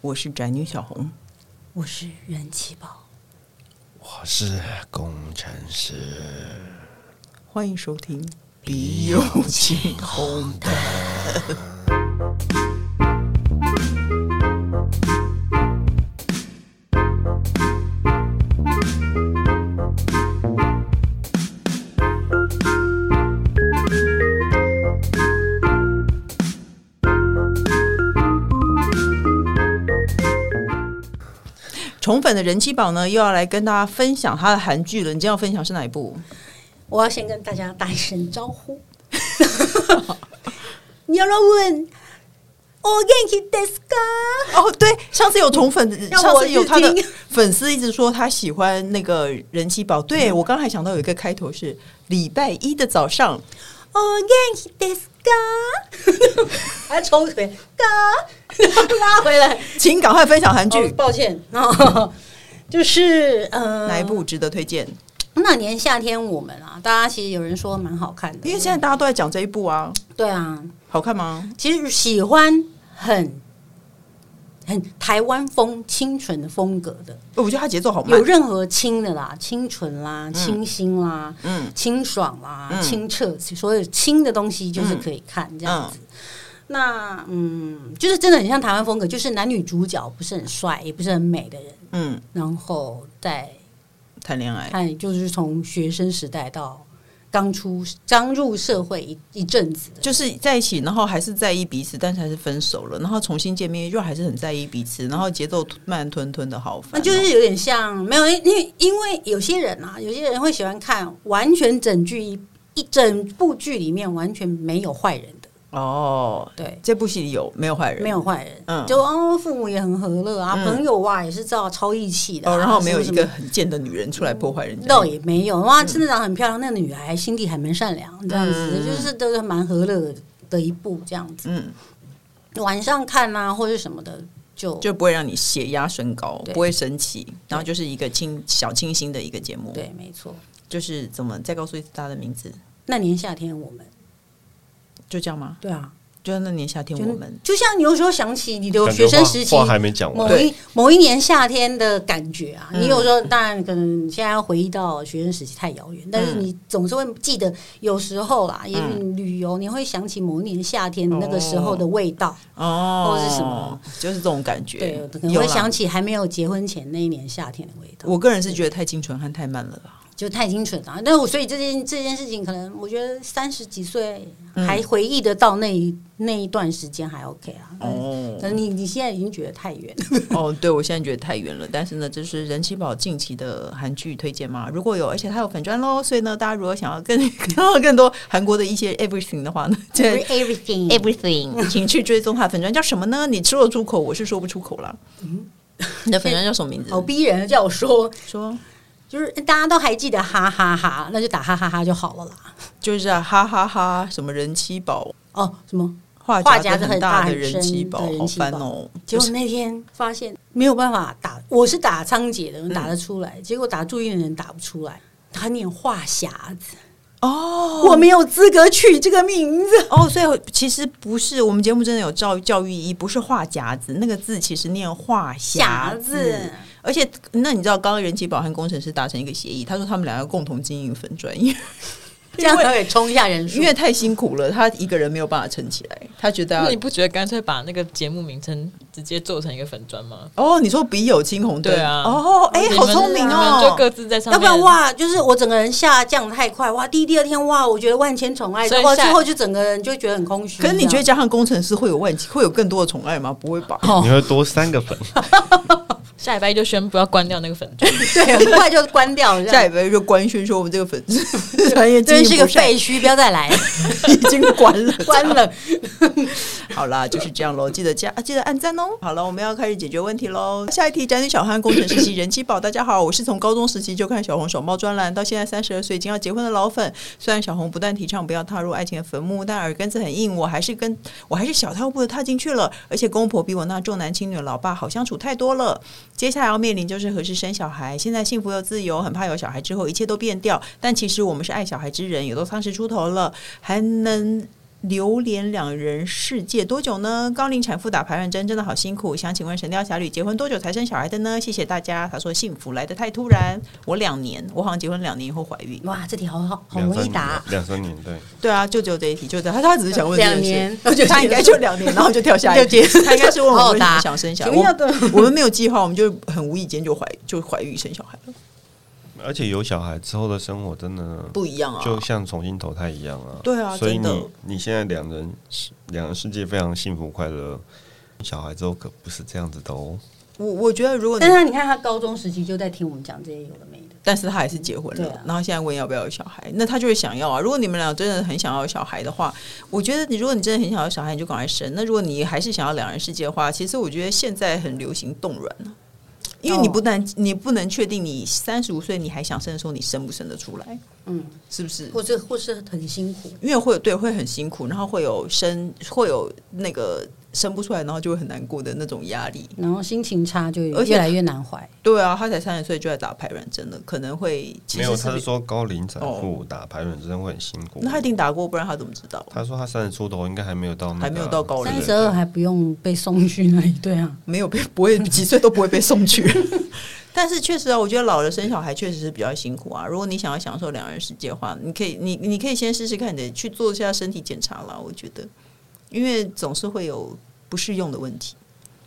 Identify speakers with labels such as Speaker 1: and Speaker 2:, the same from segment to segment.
Speaker 1: 我是宅女小红。
Speaker 2: 我是元气宝。
Speaker 3: 我是工程师，
Speaker 1: 欢迎收听《笔友情红灯》。宠粉的人气宝呢，又要来跟大家分享他的韩剧了。你今天要分享是哪一部？
Speaker 2: 我要先跟大家打一声招呼。 你要让问我 g a n k i d e s k
Speaker 1: 哦，对，上次有宠粉，
Speaker 2: 嗯让
Speaker 1: 上
Speaker 2: 我
Speaker 1: 次有他的
Speaker 2: 日听
Speaker 1: 粉丝一直说他喜欢那个人气宝。
Speaker 2: 嗯
Speaker 1: 对我刚才想到有一个开头是礼拜一的早上，
Speaker 2: 我 g a n k i d e s k 还抽腿嘎，然后拉回来。
Speaker 1: 请赶快分享韩剧、
Speaker 2: 哦抱歉哦， 就是呃，
Speaker 1: 哪一部值得推荐？
Speaker 2: 那年夏天我们啊，大家其实有人说蛮好看的，
Speaker 1: 因为现在大家都在讲这一部啊，
Speaker 2: 对啊，
Speaker 1: 好看吗？
Speaker 2: 其实喜欢很很台湾风、清纯风格的，
Speaker 1: 我觉得它节奏好慢
Speaker 2: 有，任何清的啦、清纯啦、清新啦、
Speaker 1: 嗯
Speaker 2: 清爽啦、
Speaker 1: 嗯
Speaker 2: 清澈，所有清的东西就是可以看这样子。
Speaker 1: 嗯
Speaker 2: 那嗯，就是真的很像台湾风格，就是男女主角不是很帅，也不是很美的人，
Speaker 1: 嗯，
Speaker 2: 然后再
Speaker 1: 谈恋爱，
Speaker 2: 看就是从学生时代到刚出刚入社会一一阵子的
Speaker 1: 就是在一起，然后还是在意彼此，但是还是分手了，然后重新见面又还是很在意彼此，然后节奏慢吞吞的好烦
Speaker 2: 那
Speaker 1: 哦、
Speaker 2: 啊就是有点像没有，因为因为有些人啊，有些人会喜欢看完全整剧一一整部剧里面完全没有坏人的，
Speaker 1: 哦，
Speaker 2: 对，
Speaker 1: 这部戏里有没有坏人？
Speaker 2: 没有坏人，
Speaker 1: 嗯
Speaker 2: 就哦，父母也很和乐啊，
Speaker 1: 嗯
Speaker 2: 朋友哇也是照超义气的啊、
Speaker 1: 哦，然后没有一
Speaker 2: 什么什
Speaker 1: 个
Speaker 2: 么。
Speaker 1: 很贱的女人出来破坏人家。
Speaker 2: 倒也没有哇，真的长得很漂亮，那个女孩心地还蛮善良，这样子、
Speaker 1: 嗯
Speaker 2: 就是都是蛮和乐的一部这样子。
Speaker 1: 嗯，
Speaker 2: 晚上看啊或者什么的，就
Speaker 1: 就不会让你血压升高，
Speaker 2: 对
Speaker 1: 不会生气，然后就是一个清小清新的一个节目。，
Speaker 2: 对，没错。
Speaker 1: 就是怎么再告诉一次大家的名字，
Speaker 2: 那年夏天我们
Speaker 1: 就这样吗？
Speaker 2: 对啊，
Speaker 1: 就是那年夏天
Speaker 2: 就
Speaker 1: 我们
Speaker 2: 就像你有时候想起你的
Speaker 3: 感觉
Speaker 2: 学生
Speaker 3: 话
Speaker 2: 时期
Speaker 3: 话还没讲完
Speaker 2: 某，一某一年夏天的感觉啊，你有时候当然可能现在要回忆到学生时期太遥远，但是你总是会记得有时候啦，也许你旅游你会想起某一年夏天那个时候的味道，
Speaker 1: 哦，
Speaker 2: 或是什么，
Speaker 1: 就是这种感觉。
Speaker 2: 对，可能
Speaker 1: 有
Speaker 2: 会
Speaker 1: 啦
Speaker 2: 想起还没有结婚前那一年夏天的味道，
Speaker 1: 我个人是觉得太清纯和太慢了吧。
Speaker 2: 就太清纯了。但我所以这件这件事情，可能我觉得三十几岁
Speaker 1: 嗯
Speaker 2: 还回忆得到那一那一段时间还 OK 啊，
Speaker 1: 哦
Speaker 2: 可能你你现在已经觉得太远了。
Speaker 1: 哦，对，我现在觉得太远了。但是呢，这是人气宝近期的韩剧推荐嘛？如果有，而且它有粉砖喽，所以呢，大家如果想要更 看到更多韩国的一些 everything 的话呢， 现在
Speaker 2: everything
Speaker 1: everything，请去追踪它的粉砖叫什么呢？你说得出口，我是说不出口啦。你的粉砖叫什么名字？
Speaker 2: 好逼人，啊叫我说，
Speaker 1: 说
Speaker 2: 就是大家都还记得哈哈哈那就打哈哈哈就好了啦。
Speaker 1: 就是啊，哈哈哈什么人气宝。
Speaker 2: 哦，什么？
Speaker 1: 画
Speaker 2: 画
Speaker 1: 家
Speaker 2: 家
Speaker 1: 子
Speaker 2: 子
Speaker 1: 很
Speaker 2: 很
Speaker 1: 大
Speaker 2: 大
Speaker 1: 的
Speaker 2: 很
Speaker 1: 人
Speaker 2: 深
Speaker 1: 气
Speaker 2: 的
Speaker 1: 宝，好
Speaker 2: 人气
Speaker 1: 烦
Speaker 2: 宝
Speaker 1: 哦！就
Speaker 2: 结果
Speaker 1: 是
Speaker 2: 那天发现嗯没有办法打，我是打仓颉的，打得出来，结果打注音的人打不出来。他念话匣子，
Speaker 1: 哦，
Speaker 2: 我没有资格取这个名字。
Speaker 1: 哦，所以其实不是我们节目真的有教教育意义，不是画夹子那个字，其实念画匣
Speaker 2: 匣
Speaker 1: 子。
Speaker 2: 子，
Speaker 1: 而且，那你知道，刚刚人气宝和工程师达成一个协议，他说他们两个共同经营粉专，因为
Speaker 2: 这样才可以冲一下人数
Speaker 1: 因。为太辛苦了，他一个人没有办法撑起来，他觉得
Speaker 4: 那
Speaker 1: 要
Speaker 4: 你不觉得干脆把那个节目名称直接做成一个粉砖吗？
Speaker 1: 哦，你说笔友青红灯，
Speaker 4: 对啊
Speaker 1: 哦，哎、
Speaker 4: 你
Speaker 1: 好
Speaker 4: 们
Speaker 1: 聪明
Speaker 4: 你们就
Speaker 1: 哦，
Speaker 4: 各自在上
Speaker 2: 要
Speaker 4: 面，
Speaker 2: 不然哇，就是我整个人下降太快哇！第一、第二天哇，我觉得万千宠爱，
Speaker 4: 所以
Speaker 2: 哇，
Speaker 4: 下
Speaker 2: 最后就整个人就觉得很空虚。
Speaker 1: 可是你觉
Speaker 2: 这
Speaker 1: 得
Speaker 2: 样
Speaker 1: 加上工程师会有问题，会有更多的宠爱 吗？不会吧？
Speaker 3: 你会多三 个粉，
Speaker 4: 下礼拜一就宣布要关掉那个粉砖，
Speaker 2: 对，很快就关掉了。这样
Speaker 1: 下一位就官宣说我们这个粉 丝专业经
Speaker 2: 真
Speaker 1: 营
Speaker 2: 是个
Speaker 1: 不善
Speaker 2: 废墟，不要再 来，
Speaker 1: 已经关 了，
Speaker 2: 关 了。
Speaker 1: 好啦，就是这样喽，记得加，啊记得按赞哦。好了，我们要开始解决问题喽。下一题，宅女小憨工程实习人气宝，大家好，我是从高中时期就看小红手猫专栏，到现在三十二岁已经要结婚的老粉。虽然小红不但提倡不要踏入爱情的坟墓，但耳根子很硬，我还是跟我还是小跳步的踏进去了。而且公婆比我那重男轻女的老爸好相处太多了。接下来要面临就是何时生小孩，现在幸福又自由，很怕有小孩之后一切都变掉。但其实我们是爱小孩之人，也都三十出头了，还能流连两人世界多久呢？高龄产妇打排卵针真的好辛苦。想请问《神雕侠侣》结婚多久才生小孩的呢？谢谢大家。他说幸福来得太突然，我两年，我好像结婚两年以后怀孕。
Speaker 2: 哇，这题好好好
Speaker 3: 两
Speaker 2: 容
Speaker 3: 三
Speaker 2: 易答
Speaker 1: 啊
Speaker 3: 年，，两三年，对，
Speaker 1: 对啊，就只有这一题，就这样他他只是想问这件事
Speaker 2: 两年
Speaker 1: 他应该就两年，然后就跳下一
Speaker 2: 就
Speaker 1: 题
Speaker 2: 结束。
Speaker 1: 他应该是问
Speaker 2: 好
Speaker 1: 我
Speaker 2: 好
Speaker 1: 为什
Speaker 2: 答
Speaker 1: 么想生小孩。
Speaker 2: 请问要
Speaker 1: 我我们没有计划，我们就很无意间就怀就怀孕生小孩了，
Speaker 3: 而且有小孩之后的生活真的
Speaker 1: 不一样啊。
Speaker 3: 就像重新投胎一样啊。
Speaker 1: 对啊
Speaker 3: 所以
Speaker 1: 真的
Speaker 3: 你你现在两人两人世界非常幸福快乐，小孩之后可不是这样子的哦。
Speaker 1: 我我觉得如果你
Speaker 2: 但，是你看他高中时期就在听我们讲这些有的没的，
Speaker 1: 但是他还是结婚了，
Speaker 2: 对啊
Speaker 1: 然后现在问要不要有小孩，那他就会想要啊。如果你们俩真的很想要有小孩的话，我觉得你如果你真的很想要小孩，你就赶快生。那如果你还是想要两人世界的话，其实我觉得现在很流行冻卵啊因为你
Speaker 2: 哦
Speaker 1: 不能，你不能确定你三十五岁你还想生的时候，你生不生得出来，
Speaker 2: 嗯，
Speaker 1: 是不是？
Speaker 2: 或是或是很辛苦，
Speaker 1: 因为会有对会很辛苦，然后会有生会有那个生不出来，然后就会很难过的那种压力。
Speaker 2: 然后心情差就
Speaker 1: 而且
Speaker 2: 越来越难怀。
Speaker 1: 对啊，他才三十岁就在打排卵针了，可能会其
Speaker 3: 没
Speaker 1: 实
Speaker 3: 有，
Speaker 1: 是哦
Speaker 3: 他是说高龄产妇打排卵针会很辛苦。
Speaker 1: 那他一定打过，不然他怎么知道？
Speaker 3: 他说他三十出头，应该还没有到那个啊
Speaker 1: 还没有到高龄
Speaker 2: 三十二还不用被送去那里，对啊，
Speaker 1: 没有被不会几岁都不会被送去。 但是确实啊，我觉得老了生小孩确实是比较辛苦啊。如果你想要享受两人世界的话，你可以你你可以先试试看你的去做一下身体检查啦。我觉得，因为总是会有不适用的问题。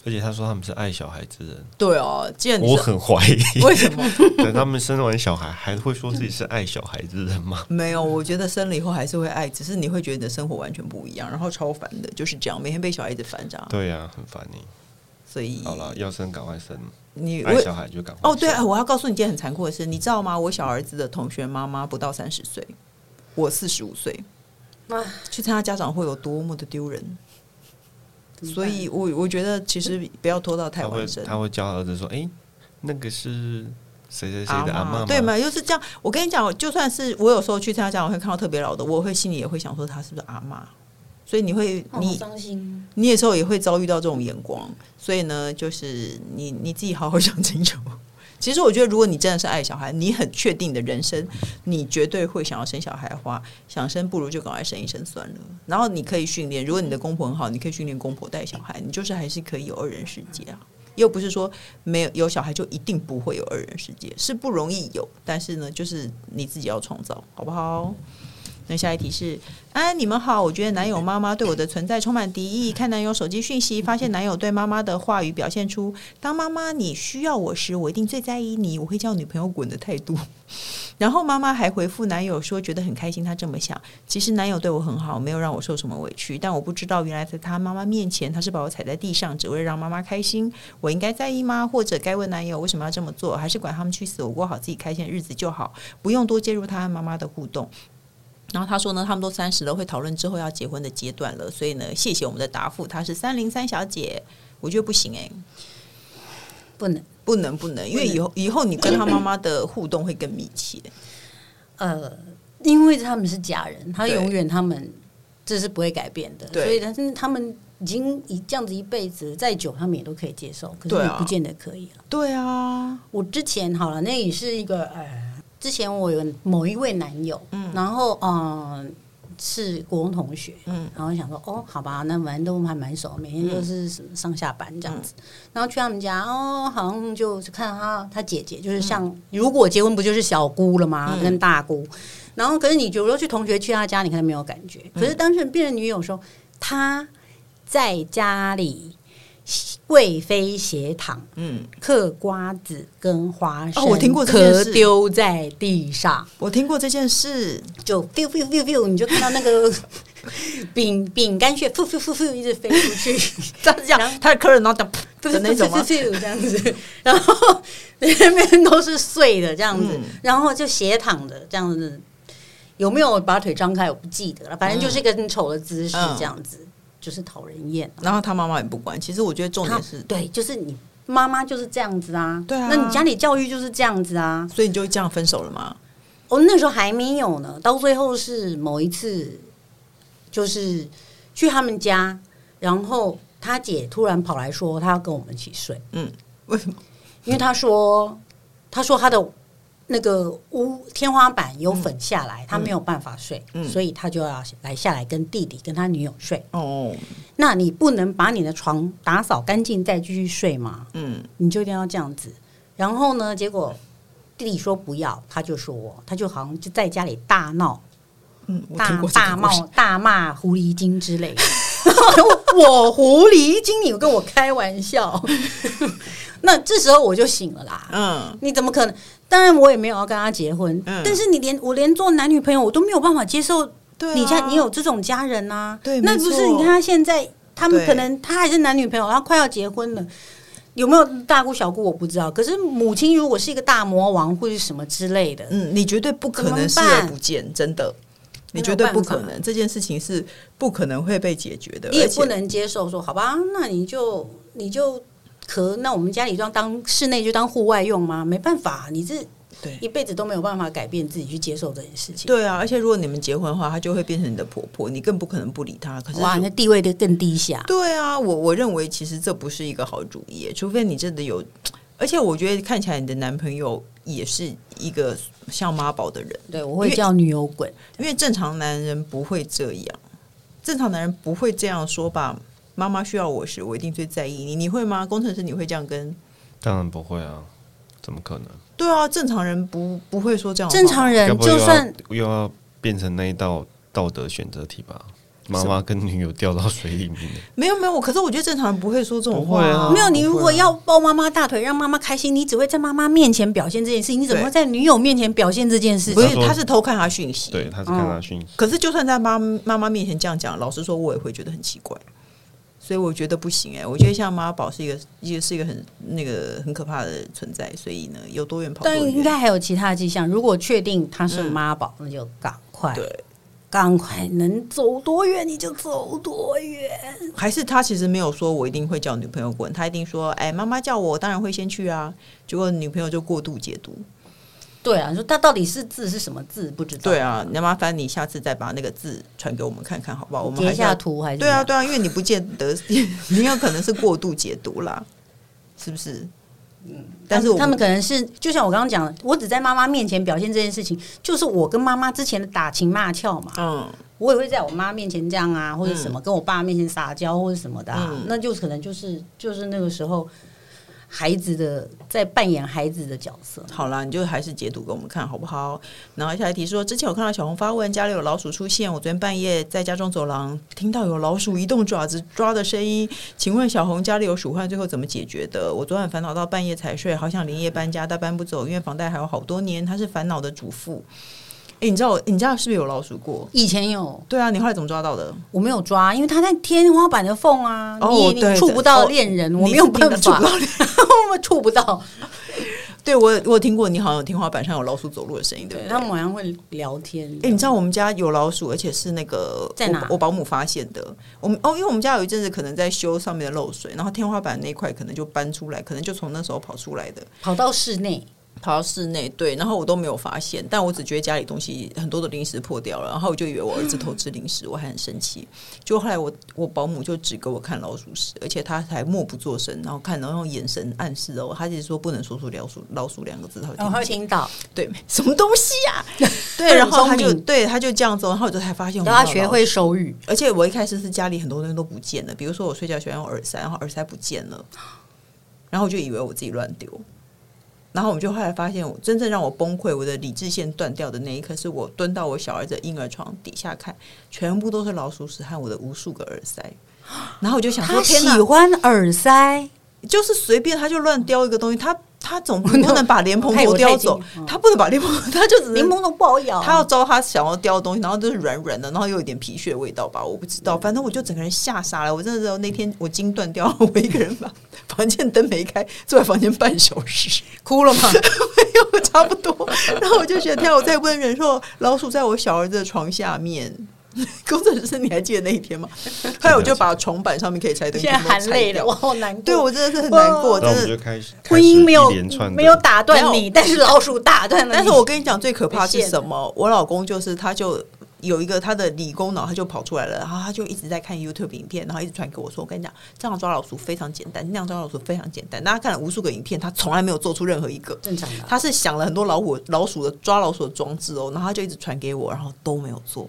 Speaker 3: 而且他说他们是爱小孩之人，
Speaker 1: 对哦，既然你
Speaker 3: 我
Speaker 1: 是
Speaker 3: 很怀疑，
Speaker 1: 为什么
Speaker 3: 等他们生完小孩还会说自己是爱小孩之人 吗？
Speaker 1: 没有？我觉得生了以后还是会爱，只是你会觉得你的生活完全不一样，然后超烦的，就是这样，每天被小孩子烦着啊。
Speaker 3: 对呀、很烦欸你。
Speaker 1: 所以
Speaker 3: 好了，要生赶快生，
Speaker 1: 你
Speaker 3: 爱
Speaker 1: 我
Speaker 3: 小孩就赶快
Speaker 1: 哦，对，
Speaker 3: 生
Speaker 1: 啊，我要告诉你一件很残酷的事，你知道吗？我小儿子的同学妈妈不到三十岁，我四十五岁，
Speaker 2: 啊
Speaker 1: 去参加家长会有多么的丢人。
Speaker 2: 怎么办
Speaker 1: 所以我，我觉得其实不要拖到太
Speaker 3: 他会
Speaker 1: 晚生。
Speaker 3: 他会教儿子说：“哎、那个是谁谁谁的阿
Speaker 1: 嬷
Speaker 3: 妈吗？”
Speaker 1: 啊对嘛，就是这样。我跟你讲，就算是我有时候去参加家长会看到特别老的，我会心里也会想说他是不是阿妈。所以你会，
Speaker 2: 哦好
Speaker 1: 你
Speaker 2: 伤心，
Speaker 1: 你有时候也会遭遇到这种眼光，所以呢，就是你你自己好好想清楚。其实我觉得，如果你真的是爱小孩，你很确定你的人生，你绝对会想要生小孩的话，想生不如就赶快生一生算了。然后你可以训练，如果你的公婆很好，你可以训练公婆带小孩，你就是还是可以有二人世界啊。又不是说没有有小孩就一定不会有二人世界，是不容易有，但是呢，就是你自己要创造，好不好？那下一题是，安哎安，你们好。我觉得男友妈妈对我的存在充满敌意。看男友手机讯息，发现男友对妈妈的话语表现出“当妈妈你需要我时，我一定最在意你，我会叫女朋友滚”的态度。 然后妈妈还回复男友说，觉得很开心他这么想。其实男友对我很好，没有让我受什么委屈，但我不知道原来在他妈妈面前，他是把我踩在地上，只为让妈妈开心。我应该在意吗？或者该问男友为什么要这么做，还是管他们去死，我过好自己开心的日子就好，不用多介入他和妈妈的互动。然后他说呢，他们都三十了，会讨论之后要结婚的阶段了，所以呢，谢谢我们的答复。她是三零三小姐，我觉得不行哎、
Speaker 2: 不能。
Speaker 1: 不能不能，因为以后以后你跟他妈妈的互动会更密切。
Speaker 2: 呃，因为他们是家人，他
Speaker 1: 对
Speaker 2: 永远他们这是不会改变的，
Speaker 1: 对
Speaker 2: 所以但是他们已经一这样子一辈子，再久他们也都可以接受，可是
Speaker 1: 对
Speaker 2: 你
Speaker 1: 啊
Speaker 2: 不见得可以啊。
Speaker 1: 对啊，
Speaker 2: 我之前好了，那也是一个呃，之前我有某一位男友，然后嗯。是国中同学，
Speaker 1: 嗯
Speaker 2: 然后想说哦，好吧，那反正都还蛮熟，每天就是上下班这样子。然后去他们家，哦，好像就是看到他他姐姐，就是像、如果结婚不就是小姑了吗？
Speaker 1: 嗯
Speaker 2: 跟大姑。然后可是你有时候去同学去他家，你可能没有感觉。可是当时变成女友的时候，她在家里贵妃斜躺，
Speaker 1: 嗯，
Speaker 2: 嗑瓜子跟花生，
Speaker 1: 哦我听过这件
Speaker 2: 壳
Speaker 1: 事
Speaker 2: 丢在地上，
Speaker 1: 我听过这件事，
Speaker 2: 就 feel feel feel feel，你就看到那个饼饼干屑 feel feel feel feel 一直飞出去，？
Speaker 1: 这样 他的客人然后讲噗的那种吗
Speaker 2: feel feel feel 这样子， 然后那边都是碎的这样子，
Speaker 1: 嗯
Speaker 2: 然后就斜躺的这样子，有没有把腿张开我不记得了，反正就是一个很丑的姿势
Speaker 1: 嗯
Speaker 2: 这样子，就是讨人厌。
Speaker 1: 然后他妈妈也不管。其实我觉得重
Speaker 2: 他
Speaker 1: 点是，
Speaker 2: 对，就是你妈妈就是这样子啊，
Speaker 1: 对啊
Speaker 2: 那你家里教育就是这样子啊，
Speaker 1: 所以你就这样分手了吗？
Speaker 2: 我哦那时候还没有呢，到最后是某一次，就是去他们家，然后他姐突然跑来说她要跟我们一起睡，
Speaker 1: 嗯，为什么？
Speaker 2: 因为她说她说她的那个屋天花板有粉下来，他没有办法睡，
Speaker 1: 嗯
Speaker 2: 所以他就要来下来跟弟弟跟他女友睡。
Speaker 1: 哦，
Speaker 2: 那你不能把你的床打扫干净再继续睡吗？
Speaker 1: 嗯，
Speaker 2: 你就一定要这样子。然后呢，结果弟弟说不要，他就说，他就好像就在家里大闹、
Speaker 1: 嗯，我听
Speaker 2: 大
Speaker 1: 过这个
Speaker 2: 大
Speaker 1: 故事
Speaker 2: 骂、大骂狐狸精之 类的。我狐狸精，你有跟我开玩笑？ 那这时候我就醒了啦。
Speaker 1: 嗯，
Speaker 2: 你怎么可能？当然，我也没有要跟他结婚，
Speaker 1: 嗯
Speaker 2: 但是你连我连做男女朋友我都没有办法接受
Speaker 1: 对、啊，
Speaker 2: 你家你有这种家人呐、
Speaker 1: 对
Speaker 2: 那
Speaker 1: 没
Speaker 2: 不是？
Speaker 1: 错
Speaker 2: 你看他现在，他们
Speaker 1: 对
Speaker 2: 可能他还是男女朋友，他快要结婚了，有没有大姑小姑我不知道。可是母亲如果是一个大魔王或者什么之类的，
Speaker 1: 嗯，你绝对不可
Speaker 2: 怎
Speaker 1: 能
Speaker 2: 么
Speaker 1: 视而
Speaker 2: 办
Speaker 1: 不见，真的，你
Speaker 2: 没
Speaker 1: 绝
Speaker 2: 有
Speaker 1: 对不
Speaker 2: 办法
Speaker 1: 可能，这件事情是不可能会被解决的，
Speaker 2: 你也
Speaker 1: 而且
Speaker 2: 不能接受说，好吧，那你就你就可那我们家里装当室内就当户外用吗？没办法，你这
Speaker 1: 对
Speaker 2: 一辈子都没有办法改变自己去接受这件事情。
Speaker 1: 对啊，而且如果你们结婚的话，她就会变成你的婆婆，你更不可能不理她。可是
Speaker 2: 哇，
Speaker 1: 如
Speaker 2: 那地位就更低下。
Speaker 1: 对啊，我我认为其实这不是一个好主意，除非你真的有，而且我觉得看起来你的男朋友也是一个像妈宝的人，
Speaker 2: 对，我会叫女友滚。
Speaker 1: 因为正常男人不会这样，正常男人不会这样说吧。妈妈需要我时，我一定最在意你。你会吗？工程师，你会这样跟？
Speaker 3: 当然不会啊，怎么可能？
Speaker 1: 对啊，正常人不不会说这样的话。
Speaker 2: 正常
Speaker 3: 要
Speaker 2: 人
Speaker 3: 不然
Speaker 2: 就
Speaker 3: 又要
Speaker 2: 算
Speaker 3: 又要变成那一道道德选择题吧？妈妈跟女友掉到水里面了，
Speaker 1: 没有没有，我可是我觉得正常人不会说这种话、
Speaker 3: 不会
Speaker 2: 没
Speaker 3: 啊
Speaker 2: 有，你如果要抱妈妈大腿，让妈妈开心，你只会在妈妈面前表现这件事情，你怎么
Speaker 1: 对
Speaker 2: 会在女友面前表现这件事
Speaker 1: 不
Speaker 2: 情？
Speaker 1: 是，他是偷看他讯息。
Speaker 3: 对，他是看他讯息，
Speaker 1: 可是就算在妈妈妈面前这样讲，老实说，我也会觉得很奇怪。所以我觉得不行哎、我觉得像妈宝是一个，也是一个很那个很可怕的存在。所以呢，有多远跑多
Speaker 2: 但
Speaker 1: 远。
Speaker 2: 应该还有其他的迹象。如果确定他是妈宝，那就赶快，
Speaker 1: 对，
Speaker 2: 赶快能走多远你就走多远。
Speaker 1: 还是他其实没有说我一定会叫女朋友滚，他一定说，哎、妈妈叫我，我当然会先去啊。结果女朋友就过度解读，
Speaker 2: 对啊，你说他到底是字是什么字不知道？
Speaker 1: 对，啊，那麻烦你下次再把那个字传给我们看看，好不好？我们
Speaker 2: 截
Speaker 1: 还
Speaker 2: 一
Speaker 1: 是要
Speaker 2: 下图还是
Speaker 1: 对啊，
Speaker 2: 怎么样
Speaker 1: 对啊，因为你不见得， 你有可能是过度解读啦，是不是？嗯，但是我
Speaker 2: 他们可能是就像我刚刚讲，的，我只在妈妈面前表现这件事情，就是我跟妈妈之前的打情骂俏嘛。
Speaker 1: 嗯，
Speaker 2: 我也会在我妈面前这样啊，或者什么，跟我爸面前撒娇或者什么的、啊，
Speaker 1: 嗯
Speaker 2: 那就可能就是就是那个时候孩子的在扮演孩子的角色。
Speaker 1: 好啦，你就还是解读给我们看好不好？然后下一题说，之前我看到小红发问家里有老鼠出现，我昨天半夜在家中走廊听到有老鼠移动爪子抓的声音，请问小红家里有鼠患，最后怎么解决的？我昨晚烦恼到半夜才睡，好想连夜搬家，但搬不走，因为房贷还有好多年。她是烦恼的主妇。哎、你知道我，你家是不是有老鼠过？
Speaker 2: 以前有
Speaker 1: 对啊，你后来怎么抓到的？
Speaker 2: 我没有抓，因为他在天花板的缝啊，
Speaker 1: 哦
Speaker 2: 你
Speaker 1: 对
Speaker 2: 你触不到恋人，我没有办
Speaker 1: 你是听
Speaker 2: 法
Speaker 1: 得，
Speaker 2: 我触不到。
Speaker 1: 对我，我有听过你好像有天花板上有老鼠走路的声音，对
Speaker 2: 对
Speaker 1: 不对？
Speaker 2: 他们晚上会聊天。
Speaker 1: 哎、你知道我们家有老鼠，而且是那个
Speaker 2: 在
Speaker 1: 我
Speaker 2: 哪
Speaker 1: 我保姆发现的。我们哦，因为我们家有一阵子可能在修上面的漏水，然后天花板那一块可能就搬出来，可能就从那时候跑出来的，
Speaker 2: 跑到室内，
Speaker 1: 跑到室内。对，然后我都没有发现，但我只觉得家里东西很多的零食破掉了，然后我就以为我儿子偷吃零食，我还很生气。就后来我我保姆就只给我看老鼠屎，而且他还默不作声，然后看，然后用眼神暗示哦，他就是说不能说出老鼠老鼠两个字，他会听
Speaker 2: 然
Speaker 1: 不
Speaker 2: 后
Speaker 1: 见
Speaker 2: 听到，
Speaker 1: 对， 什么东西呀、 对，
Speaker 2: 很
Speaker 1: 然后他就
Speaker 2: 聪明
Speaker 1: 对他就这样子，然后我就才发现我
Speaker 2: 都要
Speaker 1: 没有
Speaker 2: 学
Speaker 1: 老
Speaker 2: 会手语。
Speaker 1: 而且我一开始是家里很多东西都不见了，比如说我睡觉喜欢用耳塞，然后耳塞不见 了，然后我就以为我自己乱丢，然后我们就后来发现，我真正让我崩溃，我的理智线断掉的那一刻，是我蹲到我小儿子的婴儿床底下看，全部都是老鼠屎和我的无数个耳 塞，然后我就想说，
Speaker 2: 他
Speaker 1: 天
Speaker 2: 喜
Speaker 1: 哪，
Speaker 2: 欢耳塞，
Speaker 1: 就是随便他就乱叼一个东西，他他总 不能把莲蓬
Speaker 2: 我以为
Speaker 1: 头
Speaker 2: 我
Speaker 1: 叼
Speaker 2: 太近
Speaker 1: 走
Speaker 2: 了，嗯
Speaker 1: 他不能把莲蓬， 他就只
Speaker 2: 柠
Speaker 1: 能
Speaker 2: 檬都不好咬。
Speaker 1: 呃他要招他想要叼的东西，然后就是软软的，然后又有点皮屑味道吧，我不知道。反正我就整个人吓傻了，我真的知道那天我筋断掉， 我一个人把房间灯没开，坐在房间半小时，
Speaker 2: 哭了 吗？
Speaker 1: 没有差不多。然后我就觉得，天、啊，我再也不能忍受老鼠在我小儿子的床下面。工程师，你还记得那一天吗？后来我就把床板上面可以拆灯，
Speaker 2: 现在含泪
Speaker 1: 全
Speaker 2: 了，
Speaker 1: 部
Speaker 2: 我
Speaker 1: 拆掉。
Speaker 2: 好难过。
Speaker 1: 对我真的是很难过，
Speaker 2: 嗯我
Speaker 3: 那
Speaker 1: 真
Speaker 3: 我们
Speaker 1: 的
Speaker 3: 就开始
Speaker 2: 婚姻没有
Speaker 3: 开始一连串的
Speaker 2: 没有打断
Speaker 1: 没
Speaker 2: 你，但是老鼠打断了你。
Speaker 1: 但是我跟你讲，最可怕
Speaker 2: 嗯被
Speaker 1: 是
Speaker 2: 陷
Speaker 1: 什么？我老公就是，他就有一个他的理工脑，他就跑出来了，然后他就一直在看 YouTube 影片，然后一直传给我说：“我跟你讲，这样抓老鼠非常简单，那样抓老鼠非常简单。”大家看了无数个影片，他从来没有做出任何一个。
Speaker 2: 正常的啊。
Speaker 1: 他是想了很多老虎、老鼠的抓老鼠的装置哦，然后他就一直传给我，然后都没有做，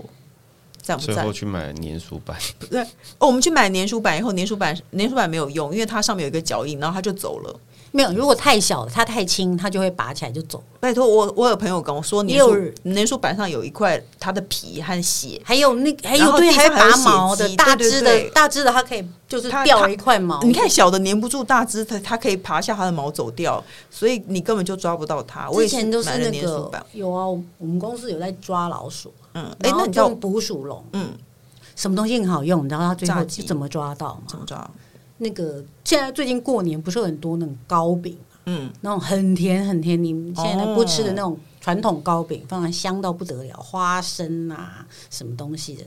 Speaker 1: 赞不
Speaker 3: 最
Speaker 1: 赞
Speaker 3: 后？去买年书版，
Speaker 1: 对哦，我们去买年书版以后，年书版年书版没有用，因为它上面有一个脚印，然后它就走了。
Speaker 2: 没有，如果太小了，它太轻，它就会拔起来就走。
Speaker 1: 拜托，我我有朋友跟我说，年
Speaker 2: 六
Speaker 1: 书
Speaker 2: 日
Speaker 1: 年书板上有一块它的皮和血，
Speaker 2: 还有那还
Speaker 1: 然
Speaker 2: 有
Speaker 1: 后
Speaker 2: 对，
Speaker 1: 地
Speaker 2: 还
Speaker 1: 上
Speaker 2: 有
Speaker 1: 还有
Speaker 2: 拔
Speaker 1: 血
Speaker 2: 毛的
Speaker 1: 迹
Speaker 2: 大
Speaker 1: 对对
Speaker 2: 只的
Speaker 1: 对
Speaker 2: 大只的，它可以就是
Speaker 1: 它
Speaker 2: 掉
Speaker 1: 它
Speaker 2: 了一块毛。
Speaker 1: 你看小的粘不住大只，它它可以爬下它的毛走掉，所以你根本就抓不到它。我
Speaker 2: 之
Speaker 1: 也是
Speaker 2: 前都
Speaker 1: 买
Speaker 2: 是
Speaker 1: 了
Speaker 2: 那
Speaker 1: 年书
Speaker 2: 个
Speaker 1: 板，
Speaker 2: 有啊，我们公司有在抓老鼠，
Speaker 1: 嗯，哎、
Speaker 2: 然
Speaker 1: 那
Speaker 2: 后
Speaker 1: 你知道
Speaker 2: 用捕鼠笼，
Speaker 1: 嗯
Speaker 2: 什么东西很好用？你知道它最
Speaker 1: 炸
Speaker 2: 后
Speaker 1: 鸡
Speaker 2: 怎么抓到
Speaker 1: 怎
Speaker 2: 吗？
Speaker 1: 么抓？
Speaker 2: 那个现在最近过年不是有很多那种糕饼，
Speaker 1: 嗯，
Speaker 2: 那种很甜很甜，你们现在
Speaker 1: 哦
Speaker 2: 不吃的那种传统糕饼，放在香到不得了，花生啊什么东西的，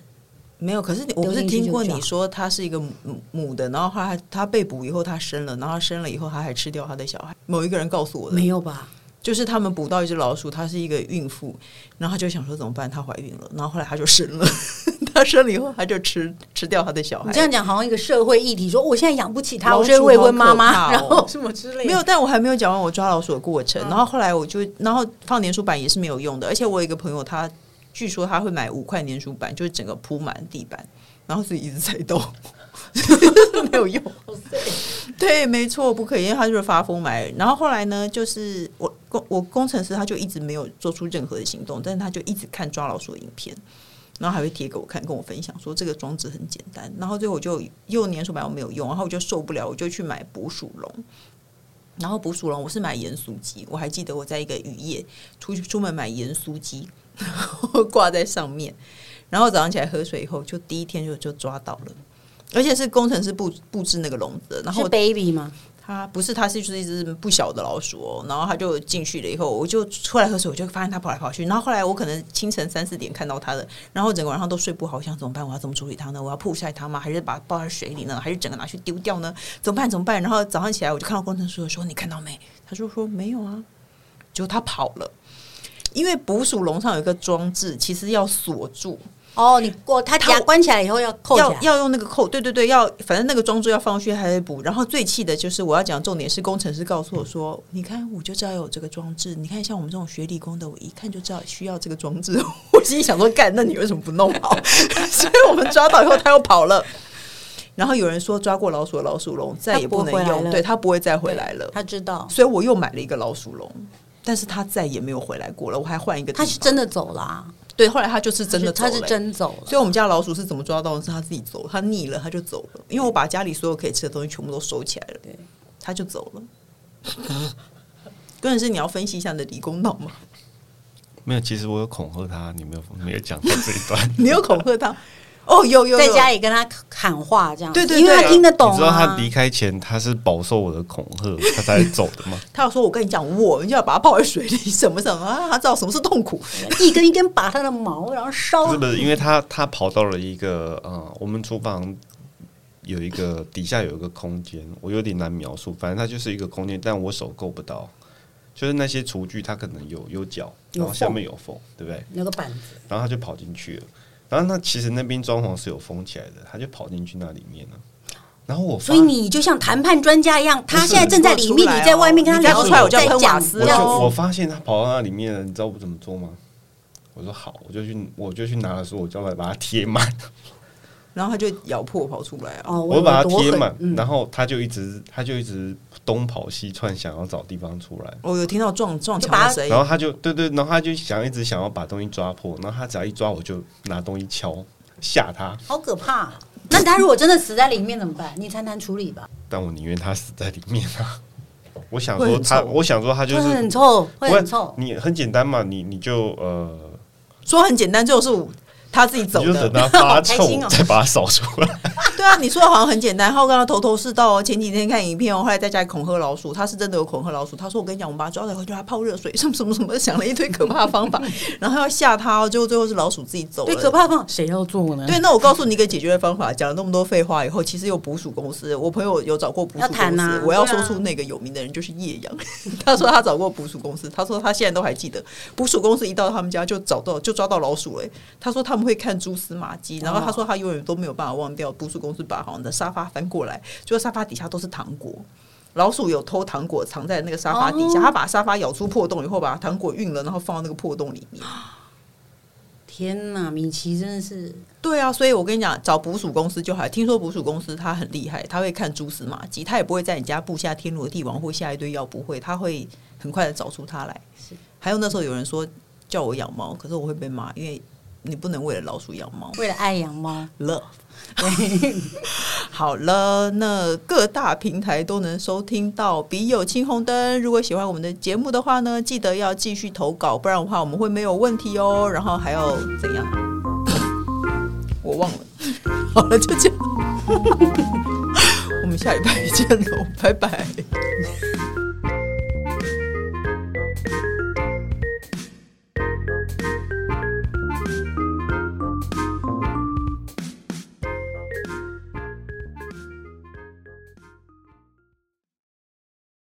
Speaker 1: 没有。可是你我不是
Speaker 2: 丢进去
Speaker 1: 听过
Speaker 2: 就
Speaker 1: 你
Speaker 2: 抓
Speaker 1: 说它是一个母母的，然后它它被捕以后它生了，然后它生了以后它还吃掉它的小孩。某一个人告诉我的，
Speaker 2: 没有吧？
Speaker 1: 就是他们捕到一只老鼠，她是一个孕妇，然后她就想说怎么办，她怀孕了，然后后来她就生了， 她生了以后，她就吃吃掉她的小
Speaker 2: 你
Speaker 1: 孩
Speaker 2: 这。样讲好像一个社会议题，说我现在养不起它，
Speaker 1: 哎老
Speaker 2: 我
Speaker 1: 鼠
Speaker 2: 是未婚妈
Speaker 1: 好可怕
Speaker 2: 妈，
Speaker 1: 哦
Speaker 2: 然后 什么之类的。
Speaker 1: 没有，但我还没有讲完我抓老鼠的过程。然后后来我就，然后放粘鼠板也是没有用的，而且我有一个朋友他，据说他会买五块粘鼠板，就是整个铺满地板，然后自己一直在动， 没有用。
Speaker 2: 好碎
Speaker 1: 对，没错，不可以，因为他就是发疯买。然后后来呢，就是我工我工程师他就一直没有做出任何的行动，但是他就一直看抓老鼠的影片，然后还会贴给我看，跟我分享说这个装置很简单。然后最后我就又粘鼠板我没有用，然后我就受不了，我就去买捕鼠笼。然后捕鼠笼我是买盐酥鸡，我还记得我在一个雨夜出去出门买盐酥鸡， 然后挂在上面，然后早上起来喝水以后，就第一天就就抓到了。而且是工程师布布置那个笼子的，然后
Speaker 2: 是
Speaker 1: 我
Speaker 2: baby 吗？
Speaker 1: 它不是，它是就是一只不小的老鼠哦。然后它就进去了以后，我就出来喝水，我就发现它跑来跑去。然后后来我可能清晨三四点看到它的，然后整个晚上都睡不好，我想怎么办？我要怎么处理它呢？我要曝晒它吗？还是把它抱在水里呢？还是整个拿去丢掉呢？怎么办？怎么办？然后早上起来我就看到工程师说：“你看到没？”他就说：“没有啊。”结果它跑了。因为捕鼠笼上有一个装置，其实要锁住，
Speaker 2: 哦，你过它
Speaker 1: 它
Speaker 2: 夹关起来以后要扣起
Speaker 1: 要
Speaker 2: 来，
Speaker 1: 要用那个扣，对对对，要反正那个装置要放进去还得补。然后最气的就是我要讲重点是工程师告诉我说，
Speaker 2: 嗯
Speaker 1: 你看我就知道有这个装置，你看像我们这种学理工的，我一看就知道需要这个装置。 我心里想说，干，那你为什么不弄 好？所以我们抓到以后，他又跑了。然后有人说抓过老鼠的老鼠笼再也不能
Speaker 2: 它不会回来
Speaker 1: 用，
Speaker 2: 了
Speaker 1: 对它不会再回
Speaker 2: 对
Speaker 1: 来了。
Speaker 2: 他知道，
Speaker 1: 所以我又买了一个老鼠笼，但是它再也没有回来过了。我还换一个地
Speaker 2: 他
Speaker 1: 方，
Speaker 2: 是真的走了啊，
Speaker 1: 对，后来它就是真的走
Speaker 2: 他
Speaker 1: 了
Speaker 2: 是真走了。
Speaker 1: 所以我们家老鼠是怎么抓到的？是它自己走，它腻了，它就走了。因为我把家里所有可以吃的东西全部都收起来了，
Speaker 2: 对
Speaker 1: 它就走了。 关键是你要分析一下你的理工脑嘛，。
Speaker 3: 没有，其实我有恐吓他，你没有没有讲到这一段
Speaker 1: 你有恐吓它？哦，有有有
Speaker 2: 在家里跟他喊话这样子，
Speaker 1: 对对
Speaker 2: 因为
Speaker 1: 对
Speaker 2: 他听得懂、啊。
Speaker 3: 你知道他离开前他是饱受我的恐吓，他才走的吗？
Speaker 1: 他要说：“我跟你讲，我就要把它泡在水里，什么什么 啊？他知道什么是痛苦。
Speaker 2: 一根一根拔它的毛，然后烧
Speaker 3: 不是不是，因为他他跑到了一个呃，我们厨房有一个底下有一个空间，我有点难描述，反正它就是一个空间，但我手够不到。就是那些厨具，它可能有有角，
Speaker 2: 有
Speaker 3: 然后下
Speaker 2: 缝
Speaker 3: 面有缝，对不对？
Speaker 2: 那个板子，
Speaker 3: 然后他就跑进去了。然后那其实那边装潢是有封起来的，他就跑进去那里面了。然后我发
Speaker 2: 所以你就像谈判专家一样，他现在正在里
Speaker 1: 你给我
Speaker 2: 面，
Speaker 1: 出来哦
Speaker 2: 你在外面跟他聊，
Speaker 1: 你再出来我就要
Speaker 2: 在
Speaker 1: 喷瓦
Speaker 2: 讲
Speaker 1: 斯了
Speaker 2: 这
Speaker 3: 我
Speaker 2: 样
Speaker 3: 就
Speaker 1: 哦
Speaker 2: 子。
Speaker 3: 我发现他跑到那里面了，你知道我怎么做吗？我说好，我就去我就去拿了说，我就要把它贴满，”
Speaker 1: 然后他就咬破跑出来啊！
Speaker 2: 哦，
Speaker 3: 我就
Speaker 2: 有
Speaker 3: 把它
Speaker 2: 多
Speaker 3: 贴
Speaker 2: 狠
Speaker 3: 满，
Speaker 2: 嗯
Speaker 3: 然后他就一直他就一直东跑西窜，想要找地方出来。
Speaker 1: 我有听到撞撞墙
Speaker 2: 就把
Speaker 1: 的
Speaker 2: 它
Speaker 1: 声音
Speaker 3: 然，后他就对对，然后他就想一直想要把东西抓破，然后他只要一抓我就拿东西敲吓他，
Speaker 2: 好可怕、那他如果真的死在里面怎么办？你谈谈处理吧，
Speaker 3: 但我宁愿他死在里面啊！ 我想
Speaker 1: 会
Speaker 3: 说
Speaker 1: 很
Speaker 3: 他，
Speaker 1: 臭
Speaker 3: 我想说他就
Speaker 2: 会
Speaker 3: 是
Speaker 2: 很臭，会
Speaker 3: 不
Speaker 2: 很臭。
Speaker 3: 你很简单嘛，你你就呃，
Speaker 1: 说很简单，就是他自己走
Speaker 3: 你就等
Speaker 1: 的。
Speaker 3: 它发
Speaker 2: 好开
Speaker 3: 臭
Speaker 2: 心哦
Speaker 3: 再把它扫出 来。
Speaker 1: 对啊，你说的好像很简单，浩哥他头头是道哦。前几天看影片哦，后来在家里恐吓老鼠，他是真的有恐吓老鼠。他说：“我跟你讲，我们把他抓来回去，他泡热水，什么什么什么，想了一堆可怕的方法，然后要吓他哦。结果最后是老鼠自己走了。
Speaker 2: 对，可怕吗？谁要做呢？
Speaker 1: 对，那我告诉你一个解决的方法。讲了那么多废话以后，其实有捕鼠公司，我朋友有找过捕鼠
Speaker 2: 要
Speaker 1: 公
Speaker 2: 谈
Speaker 1: 司。
Speaker 2: 啊
Speaker 1: 我要
Speaker 2: 对
Speaker 1: 说
Speaker 2: 啊
Speaker 1: 出那个有名的人就是叶阳， 他说他找过捕鼠公司，他说他现在都还记得，捕鼠公司一到他们家就找到就抓到老鼠了、他说他们会看蛛丝马迹，然后他
Speaker 2: 哦
Speaker 1: 说他永远都没有办法忘掉捕鼠公司把好像的沙发翻过来，就沙发底下都是糖果。老鼠有偷糖果藏在那个沙发底下，
Speaker 2: 哦
Speaker 1: 它把沙发咬出破洞以后，把糖果运了，然后放到那个破洞里面。
Speaker 2: 天哪，米奇真的是
Speaker 1: 对啊，所以我跟你讲，找捕鼠公司就好。听说捕鼠公司它很厉害，它会看蛛丝马迹，它也不会在你家布下天罗地网或下一堆药，不会，它会很快的找出它来。还有那时候有人说叫我养猫，可是我会被骂，因为你不能为了老鼠养猫。
Speaker 2: 为了爱养猫，
Speaker 1: Love，好了，那各大平台都能收听到《笔友青红灯》。如果喜欢我们的节目的话呢，记得要继续投稿，不然的话我们会没有问题哦。然后还要怎样？ 我忘了。 好了， 就这样，我们下礼拜见喽，拜拜。